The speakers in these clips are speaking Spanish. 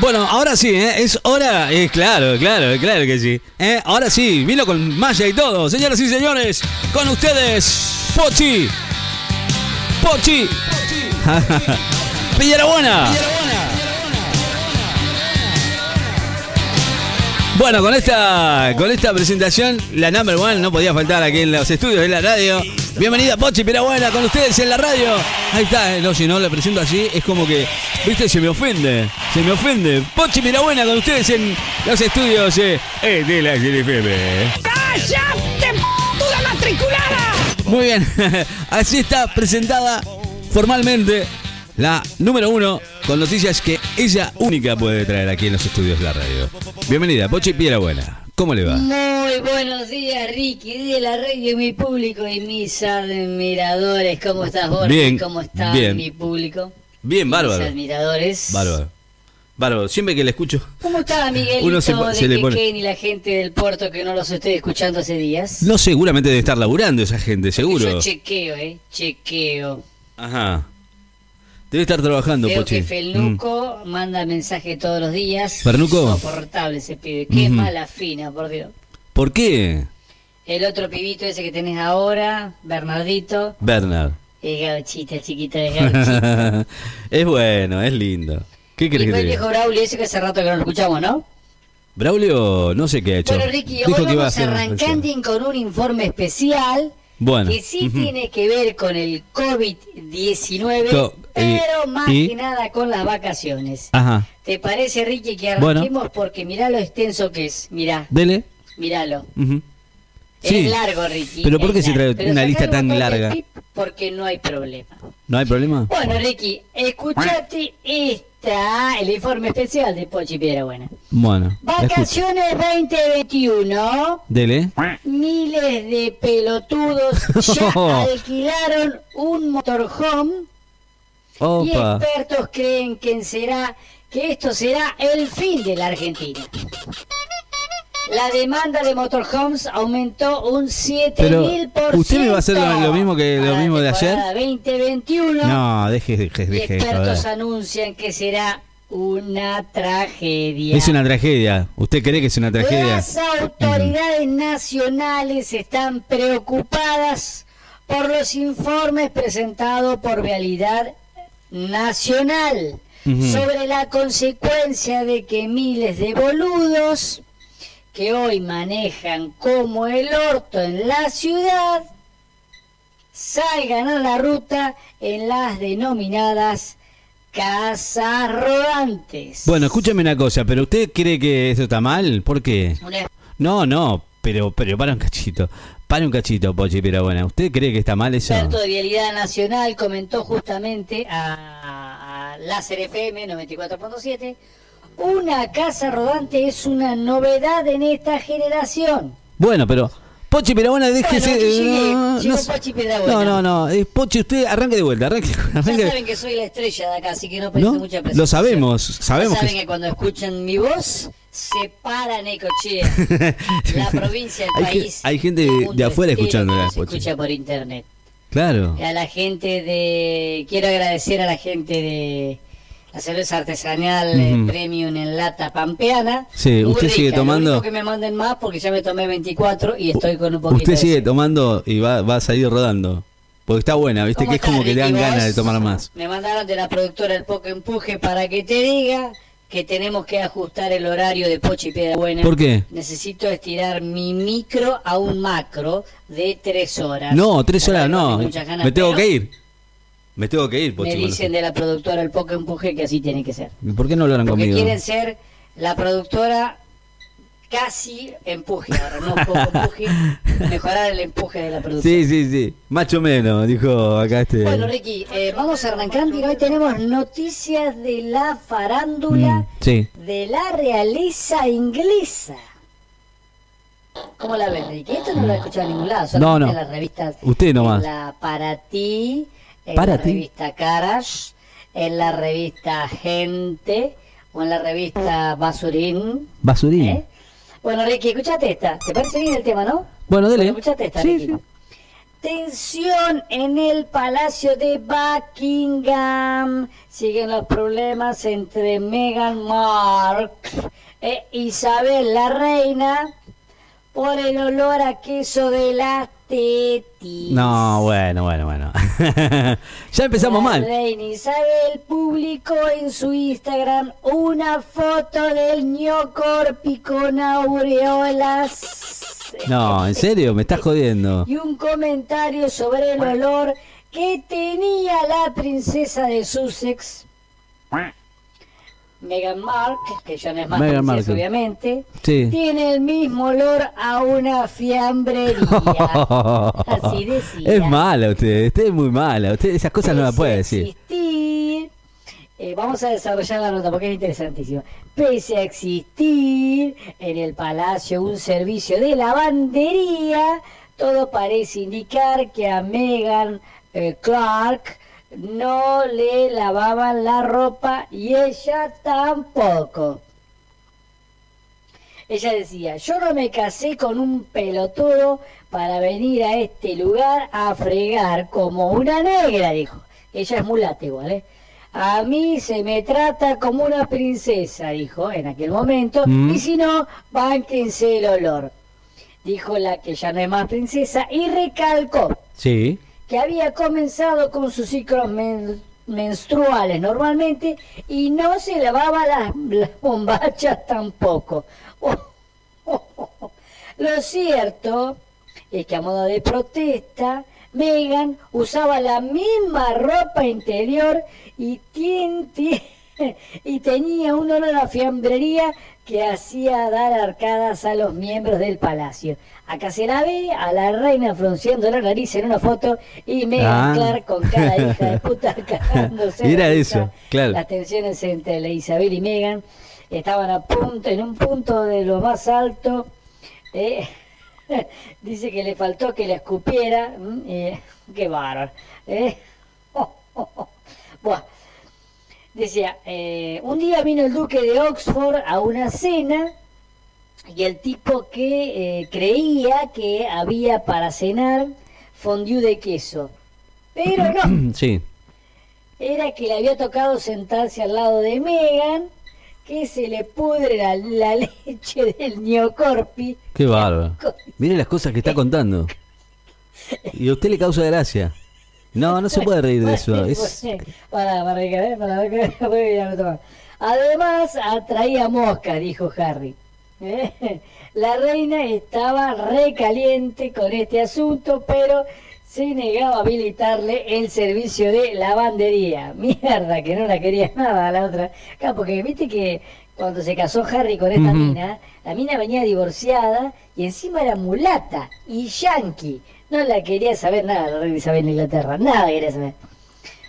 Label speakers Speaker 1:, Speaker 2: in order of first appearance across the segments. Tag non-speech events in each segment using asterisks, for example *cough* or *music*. Speaker 1: Bueno, ahora sí, ¿eh? es hora. eh, claro, claro, claro que sí. ¿eh? Ahora sí, vino con malla y todo. Señoras y señores, con ustedes, Pochi. Pochi. *laughs* Peñarabona. Bueno, con esta, con esta presentación, la number one no podía faltar aquí en los estudios de la radio. Bienvenida Pochi Pirabuena con ustedes en la radio. Ahí está, eh, no, si no la presento así, es como que, viste, se me ofende, se me ofende. Pochi Pirabuena con ustedes en los estudios eh, eh, de la XLFM.
Speaker 2: ¡Cállate, puta matriculada!
Speaker 1: Muy bien, *laughs* así está presentada formalmente la número uno con noticias que ella única puede traer aquí en los estudios de la radio. Bienvenida, Pochi Pirabuena. ¿Cómo le va?
Speaker 3: Muy buenos días, Ricky, de la radio, mi público y mis admiradores. ¿Cómo estás, Borges?
Speaker 1: Bien,
Speaker 3: ¿Cómo está
Speaker 1: bien.
Speaker 3: mi público?
Speaker 1: Bien, bárbaro.
Speaker 3: Mis admiradores.
Speaker 1: Bárbaro. Bárbaro. Siempre que le escucho.
Speaker 3: ¿Cómo está, Miguelito
Speaker 1: Uno se po-
Speaker 3: de
Speaker 1: se le pone-
Speaker 3: Quequén y la gente del puerto que no los estoy escuchando hace días?
Speaker 1: No, seguramente debe estar laburando esa gente, seguro.
Speaker 3: Yo chequeo, ¿eh? Chequeo.
Speaker 1: Ajá. Debe estar trabajando,
Speaker 3: Veo
Speaker 1: Pochi. Mm.
Speaker 3: que Felnuco manda mensaje todos los días.
Speaker 1: ¿Fernuco?
Speaker 3: Soportable ese pibe. Qué
Speaker 1: Ujú.
Speaker 3: mala fina, por Dios.
Speaker 1: Mm. ¿Por qué,
Speaker 3: El otro pibito ese que tenés ahora, Bernardito.
Speaker 1: Bernard?
Speaker 3: Es gauchita, chiquita, es gauchita.
Speaker 1: *laughs* es bueno, es lindo. ¿Qué
Speaker 3: Y
Speaker 1: crees que
Speaker 3: fue
Speaker 1: te
Speaker 3: el
Speaker 1: diga?
Speaker 3: viejo Braulio ese que hace rato que no lo escuchamos, ¿no?
Speaker 1: Braulio, no sé qué ha hecho.
Speaker 3: Bueno, Ricky,
Speaker 1: Dijo
Speaker 3: hoy
Speaker 1: que iba a
Speaker 3: vamos
Speaker 1: hacer una
Speaker 3: arrancando
Speaker 1: canción.
Speaker 3: con un informe especial
Speaker 1: Bueno.
Speaker 3: que sí
Speaker 1: ujú.
Speaker 3: tiene que ver con el COVID-19,
Speaker 1: Co- y-
Speaker 3: pero más
Speaker 1: eh, y-
Speaker 3: que nada con las vacaciones.
Speaker 1: Ajá.
Speaker 3: ¿Te parece, Ricky, que
Speaker 1: Bueno.
Speaker 3: arranquemos? Porque mirá lo extenso que es. Mirá,
Speaker 1: Dele.
Speaker 3: miralo.
Speaker 1: ujú.
Speaker 3: Es
Speaker 1: Sí.
Speaker 3: largo, Ricky.
Speaker 1: Pero ¿por
Speaker 3: es
Speaker 1: qué se
Speaker 3: largo.
Speaker 1: trae
Speaker 3: Pero
Speaker 1: una
Speaker 3: sacá
Speaker 1: lista
Speaker 3: el
Speaker 1: tan
Speaker 3: botón de
Speaker 1: larga?
Speaker 3: skip Porque no hay problema.
Speaker 1: ¿No hay problema?
Speaker 3: Bueno, Ricky, escuchate esta, el informe especial de Pochi Buena.
Speaker 1: Bueno. la escucho.
Speaker 3: Vacaciones 2021.
Speaker 1: Dele.
Speaker 3: Miles de pelotudos
Speaker 1: *laughs*
Speaker 3: ya alquilaron un motorhome y
Speaker 1: Opa.
Speaker 3: expertos creen que será que esto será el fin de la Argentina. La demanda de motorhomes aumentó un 7000%.
Speaker 1: Pero, ¿usted me va a hacer lo- lo mismo que- lo
Speaker 3: para la
Speaker 1: mismo de ayer?
Speaker 3: temporada 2021
Speaker 1: No, deje, deje,
Speaker 3: y
Speaker 1: deje de
Speaker 3: expertos
Speaker 1: joder.
Speaker 3: anuncian que será una tragedia.
Speaker 1: Es una tragedia. ¿Usted cree que es una tragedia?
Speaker 3: Las autoridades nacionales están preocupadas por los informes presentados por Realidad Nacional
Speaker 1: Ujú.
Speaker 3: sobre la consecuencia de que miles de boludos que hoy manejan como el orto en la ciudad salgan a la ruta en las denominadas casas rodantes.
Speaker 1: Bueno, escúchame una cosa, pero ¿usted cree que eso está mal? ¿Por qué?
Speaker 3: Una
Speaker 1: No, no, pero, pero para un cachito. Para un cachito, Pochi, pero bueno, ¿usted cree que está mal eso?
Speaker 3: experto de Vialidad Nacional comentó justamente a, a Láser FM 94.7, una casa rodante es una novedad en esta generación.
Speaker 1: Bueno, pero. Pochi, pero bueno, déjese.
Speaker 3: Bueno, llegué, llegó
Speaker 1: sé.
Speaker 3: Pochi Pirabuena.
Speaker 1: no, no, no, eh, Pochi, usted arranque de vuelta, arranque.
Speaker 3: Ya
Speaker 1: arranque-
Speaker 3: saben que soy la estrella de acá, así que no
Speaker 1: ¿No?
Speaker 3: presto mucha presión.
Speaker 1: Lo sabemos, sabemos
Speaker 3: saben
Speaker 1: que- *laughs*
Speaker 3: que... cuando escuchan mi voz, se paran y cochean.
Speaker 1: *laughs*
Speaker 3: La provincia, el
Speaker 1: Hay ge-
Speaker 3: país.
Speaker 1: hay gente
Speaker 3: el
Speaker 1: de-
Speaker 3: mundo
Speaker 1: de afuera
Speaker 3: entero
Speaker 1: escuchándola,
Speaker 3: que nos
Speaker 1: Pochi.
Speaker 3: escucha Eh, por internet.
Speaker 1: Claro.
Speaker 3: Y a la gente de. Quiero agradecer a la gente de la cerveza artesanal eh,
Speaker 1: Ujú.
Speaker 3: Premium en lata pampeana.
Speaker 1: Sí,
Speaker 3: Muy
Speaker 1: usted sigue
Speaker 3: rica. Lo
Speaker 1: tomando-
Speaker 3: único que me manden más porque ya me tomé 24 y estoy con un poquito.
Speaker 1: Usted
Speaker 3: de
Speaker 1: sigue
Speaker 3: sed.
Speaker 1: tomando y va, va a salir rodando. Porque está buena, ¿viste?
Speaker 3: ¿Cómo
Speaker 1: Que es
Speaker 3: estás,
Speaker 1: como que le dan
Speaker 3: Ricky, vos?
Speaker 1: ganas de tomar más.
Speaker 3: Me mandaron de la productora el poco empuje para que te diga que tenemos que ajustar el horario de Pochi Piedra Buena.
Speaker 1: ¿Por qué?
Speaker 3: Necesito estirar mi micro a un macro de tres horas.
Speaker 1: No, tres horas
Speaker 3: Ahora
Speaker 1: no.
Speaker 3: tengo muchas ganas,
Speaker 1: Me tengo
Speaker 3: pero
Speaker 1: que ir. Me tengo que ir, Pochi.
Speaker 3: Me
Speaker 1: bueno.
Speaker 3: dicen de la productora el poco empuje que así tiene que ser.
Speaker 1: ¿Por qué no hablaron
Speaker 3: Porque
Speaker 1: conmigo?
Speaker 3: quieren ser la productora casi empuje, ahora no poco
Speaker 1: *laughs*
Speaker 3: empuje, mejorar el empuje de la productora.
Speaker 1: Sí, sí, sí. Macho menos, dijo acá este.
Speaker 3: Bueno, Ricky, eh, vamos arrancando y hoy tenemos noticias de la farándula
Speaker 1: Mm, sí.
Speaker 3: de la realeza inglesa. ¿Cómo la ves, Ricky? Esto no lo he escuchado en ningún lado, solamente
Speaker 1: No, no.
Speaker 3: en las revistas.
Speaker 1: Usted nomás.
Speaker 3: En la Para Ti, en
Speaker 1: Para
Speaker 3: la
Speaker 1: Ti.
Speaker 3: revista Caras, en la revista Gente, o en la revista Basurín.
Speaker 1: Basurín.
Speaker 3: ¿eh? Bueno, Ricky, escuchate esta. ¿Te parece bien el tema, no?
Speaker 1: Bueno, dele.
Speaker 3: Escuchate esta,
Speaker 1: Sí,
Speaker 3: Ricky.
Speaker 1: sí.
Speaker 3: Tensión en el Palacio de Buckingham. Siguen los problemas entre Meghan Markle e Isabel la Reina por el olor a queso de las tetis.
Speaker 1: No, bueno, bueno, bueno. *laughs* ya empezamos
Speaker 3: La
Speaker 1: mal.
Speaker 3: reina Isabel publicó en su Instagram una foto del ñocorpi con aureolas.
Speaker 1: No, en serio, me estás jodiendo.
Speaker 3: Y un comentario sobre el olor que tenía la princesa de Sussex. Meghan Markle, que ya no es más
Speaker 1: Meghan
Speaker 3: princesa,
Speaker 1: Markle.
Speaker 3: obviamente,
Speaker 1: Sí.
Speaker 3: tiene el mismo olor a una fiambrería.
Speaker 1: *laughs*
Speaker 3: Así decía.
Speaker 1: Es mala usted, usted es muy mala. Usted esas cosas no las puede
Speaker 3: Pese a
Speaker 1: decir.
Speaker 3: existir, eh, vamos a desarrollar la nota porque es interesantísima. Pese a existir en el palacio un servicio de lavandería, todo parece indicar que a Megan eh, Clark no le lavaban la ropa y ella tampoco. Ella decía, yo no me casé con un pelotudo para venir a este lugar a fregar como una negra, dijo. Ella es mulata igual, ¿eh? A mí se me trata como una princesa, dijo en aquel momento,
Speaker 1: Mm.
Speaker 3: y si no, bánquense el olor, dijo la que ya no es más princesa, y recalcó
Speaker 1: Sí.
Speaker 3: que había comenzado con sus ciclos men- menstruales normalmente y no se lavaba las, las bombachas tampoco. *laughs* Oh, Lo cierto es que a modo de protesta, Megan usaba la misma ropa interior y, tien- ti- *laughs* y tenía un olor a fiambrería que hacía dar arcadas a los miembros del palacio. Acá se la ve a la reina frunciendo la nariz en una foto y Megan
Speaker 1: Ah.
Speaker 3: Clark con cada hija de puta cagándose. la
Speaker 1: Era
Speaker 3: risa.
Speaker 1: eso, claro.
Speaker 3: Las tensiones entre la Isabel y Megan estaban a punto, en un punto de lo más alto. eh, *laughs* dice que le faltó que la escupiera. mm, eh, *laughs* qué bárbaro. eh. *laughs* Buah. Decía, eh, un día vino el duque de Oxford a una cena y el tipo que eh, creía que había para cenar fondue de queso. Pero no,
Speaker 1: Sí.
Speaker 3: era que le había tocado sentarse al lado de Megan, que se le pudre la, la *laughs* leche del neocorpi.
Speaker 1: Qué bárbaro. Mire las cosas que está contando. Y a usted le causa gracia. No, no se puede reír de
Speaker 3: *laughs*
Speaker 1: eso. Es...
Speaker 3: Pues, Para, para recargar, para recargar, voy a tomar. Además, atraía mosca, dijo Harry. ¿Eh? La reina estaba recaliente con este asunto, pero se negaba a habilitarle el servicio de lavandería. Mierda, que no la quería nada a la otra. Claro, porque viste que cuando se casó Harry con esta
Speaker 1: Ujú.
Speaker 3: mina, la mina venía divorciada y encima era mulata y yanqui. No la quería saber nada la reina Isabel de Inglaterra, nada quería saber.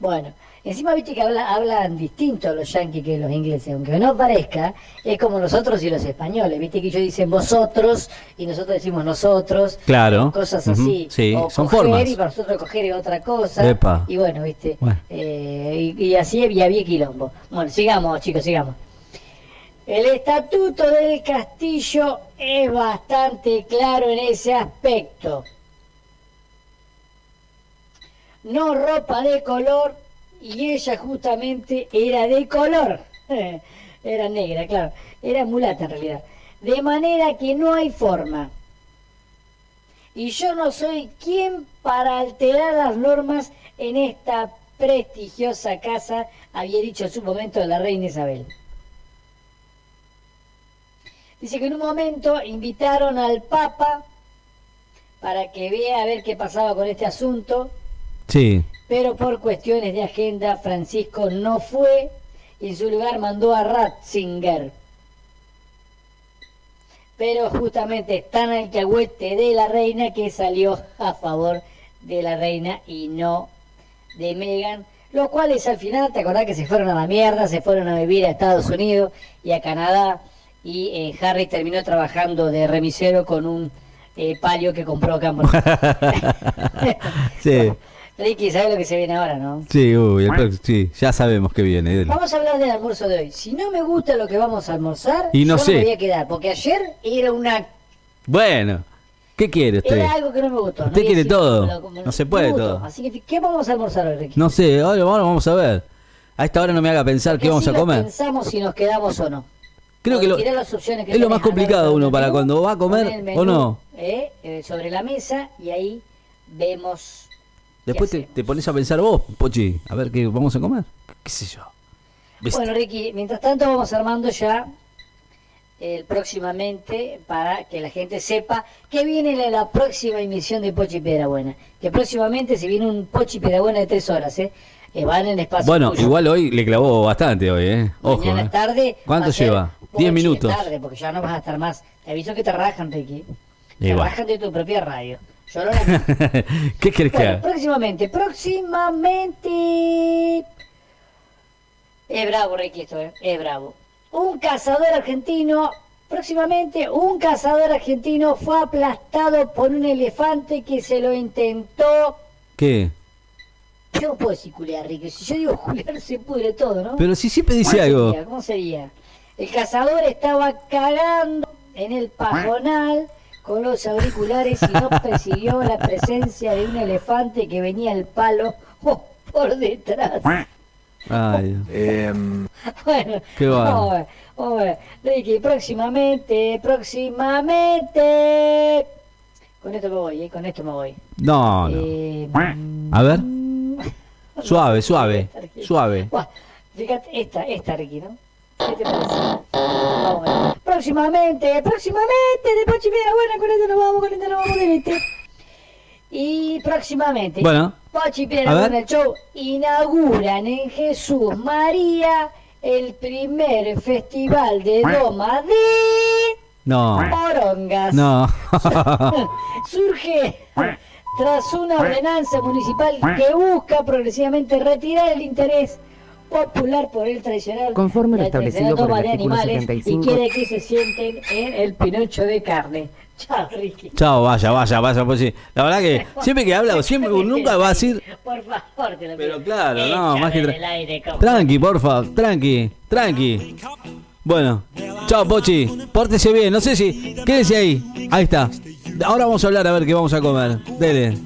Speaker 3: Bueno, encima viste que habla- hablan distinto los yanquis que los ingleses, aunque no parezca, es como nosotros y los españoles, viste que ellos dicen vosotros y nosotros decimos nosotros,
Speaker 1: Claro.
Speaker 3: cosas
Speaker 1: Ujú,
Speaker 3: así,
Speaker 1: Sí,
Speaker 3: o
Speaker 1: son
Speaker 3: coger
Speaker 1: formas.
Speaker 3: y para nosotros coger es otra cosa,
Speaker 1: Epa.
Speaker 3: y bueno, viste,
Speaker 1: Bueno.
Speaker 3: Eh, y, y así había, había quilombo. Bueno, sigamos chicos, sigamos. El estatuto del castillo es bastante claro en ese aspecto. No ropa de color y ella justamente era de color. *laughs* Era negra, claro. Era mulata en realidad. De manera que no hay forma. Y yo no soy quien para alterar las normas en esta prestigiosa casa, había dicho en su momento la reina Isabel. Dice que en un momento invitaron al Papa para que vea a ver qué pasaba con este asunto,
Speaker 1: Sí.
Speaker 3: pero por cuestiones de agenda Francisco no fue y en su lugar mandó a Ratzinger. Pero justamente es tan alcahuete de la reina que salió a favor de la reina y no de Megan. Los cuales al final, ¿te acordás que se fueron a la mierda? Se fueron a vivir a Estados Unidos y a Canadá. Y eh, Harry terminó trabajando de remisero con un eh, palio que compró acá en Buenos
Speaker 1: *laughs*
Speaker 3: *laughs*
Speaker 1: Sí.
Speaker 3: Ricky, ¿sabes lo que se viene ahora, no?
Speaker 1: Sí, uy, el pro- sí, ya sabemos que viene. dele.
Speaker 3: Vamos a hablar del almuerzo de hoy. Si no me gusta lo que vamos a almorzar,
Speaker 1: Y no
Speaker 3: yo
Speaker 1: sé.
Speaker 3: me voy a quedar, porque ayer era una
Speaker 1: Bueno, ¿Qué quiere usted?
Speaker 3: Era algo que no me gustó.
Speaker 1: Este, Usted
Speaker 3: voy a
Speaker 1: quiere
Speaker 3: decir
Speaker 1: todo.
Speaker 3: cómo lo- cómo lo-
Speaker 1: No se puede
Speaker 3: me gustó.
Speaker 1: todo.
Speaker 3: Así que, ¿qué vamos a almorzar hoy, Ricky?
Speaker 1: No sé, ahora ahora vamos a ver. A esta hora no me haga pensar qué
Speaker 3: Porque
Speaker 1: vamos
Speaker 3: así
Speaker 1: a
Speaker 3: lo
Speaker 1: comer.
Speaker 3: Pensamos si nos quedamos o no.
Speaker 1: Creo que lo-
Speaker 3: Tirá las opciones que
Speaker 1: es lo
Speaker 3: tenés,
Speaker 1: más complicado
Speaker 3: anotá
Speaker 1: uno para
Speaker 3: el menú,
Speaker 1: cuando va a comer
Speaker 3: poné el
Speaker 1: o no.
Speaker 3: eh, eh, sobre la mesa y ahí vemos. qué
Speaker 1: Después te,
Speaker 3: hacemos.
Speaker 1: te pones a pensar vos, Pochi, a ver qué vamos a comer. ¿Qué sé yo? ¿Viste?
Speaker 3: Bueno, Ricky, mientras tanto vamos armando ya el próximamente para que la gente sepa que viene la, la próxima emisión de Pochi Piedrabuena. Que próximamente se viene un Pochi Piedrabuena de tres horas, ¿eh? Eh, van en espacio.
Speaker 1: Bueno,
Speaker 3: tuyo.
Speaker 1: igual hoy le clavó bastante hoy, ¿eh? Ojo.
Speaker 3: Mañana
Speaker 1: eh.
Speaker 3: tarde.
Speaker 1: ¿Cuánto
Speaker 3: va a ser
Speaker 1: lleva?
Speaker 3: Pochi
Speaker 1: Diez
Speaker 3: de
Speaker 1: minutos.
Speaker 3: tarde, porque ya no vas a estar más. Te aviso que te rajan, Ricky. Te
Speaker 1: Y bueno.
Speaker 3: rajan de tu propia radio. Yo no la-
Speaker 1: *laughs* ¿Qué querés que
Speaker 3: Bueno,
Speaker 1: haga?
Speaker 3: próximamente, próximamente. Es bravo, Ricky, esto, ¿eh? Es bravo. Un cazador argentino, próximamente, un cazador argentino fue aplastado por un elefante que se lo intentó.
Speaker 1: ¿Qué?
Speaker 3: Yo no puedo decir culiar, Ricky. Si yo digo culiar, se pudre todo, ¿no?
Speaker 1: Pero si siempre dice
Speaker 3: ¿Cómo
Speaker 1: algo.
Speaker 3: sería? ¿Cómo sería? El cazador estaba cagando en el pajonal con los auriculares y no
Speaker 1: *laughs*
Speaker 3: persiguió la presencia de un elefante que venía al palo *laughs* oh, por detrás.
Speaker 1: Ay,
Speaker 3: Oh,
Speaker 1: eh,
Speaker 3: *laughs* Bueno,
Speaker 1: Qué bárbaro.
Speaker 3: vamos a ver, vamos a ver. Ricky, próximamente, próximamente. Con esto me voy, eh, con esto me voy.
Speaker 1: no, no.
Speaker 3: Eh, mm.
Speaker 1: A ver. Suave, suave. Suave.
Speaker 3: Buah, fíjate, esta, esta, Ricky, ¿no? ¿Qué te parece? Vamos a ver. Próximamente, próximamente, de Pochi Piedra Buena, con esto nos vamos, con esto nos vamos, delete. Y próximamente,
Speaker 1: Bueno.
Speaker 3: Pochi
Speaker 1: A
Speaker 3: Piedra
Speaker 1: ver.
Speaker 3: Buena, el show, inauguran en Jesús María el primer festival de Doma de
Speaker 1: No.
Speaker 3: Porongas.
Speaker 1: No.
Speaker 3: *laughs* surge tras una ordenanza municipal que busca progresivamente retirar el interés popular por el tradicional
Speaker 4: Conforme lo
Speaker 3: la
Speaker 4: establecido
Speaker 3: tradicional
Speaker 4: por el artículo
Speaker 3: toma de animales
Speaker 4: 75.
Speaker 3: y quiere que se sienten en el pinocho de carne. *laughs* Chao, Ricky.
Speaker 1: Chao, vaya, vaya, vaya, Pochi. La verdad que Eh, siempre que habla,
Speaker 3: *laughs*
Speaker 1: siempre nunca va a decir.
Speaker 3: Por favor, te lo
Speaker 1: Pero
Speaker 3: pido.
Speaker 1: claro, no,
Speaker 3: Échame
Speaker 1: más que tra-
Speaker 3: del aire, como-
Speaker 1: Tranqui, porfa, tranqui, tranqui. Bueno, chao Pochi, pórtese bien, no sé si, quédese ahí, ahí está. Ahora vamos a hablar a ver qué vamos a comer. Dele.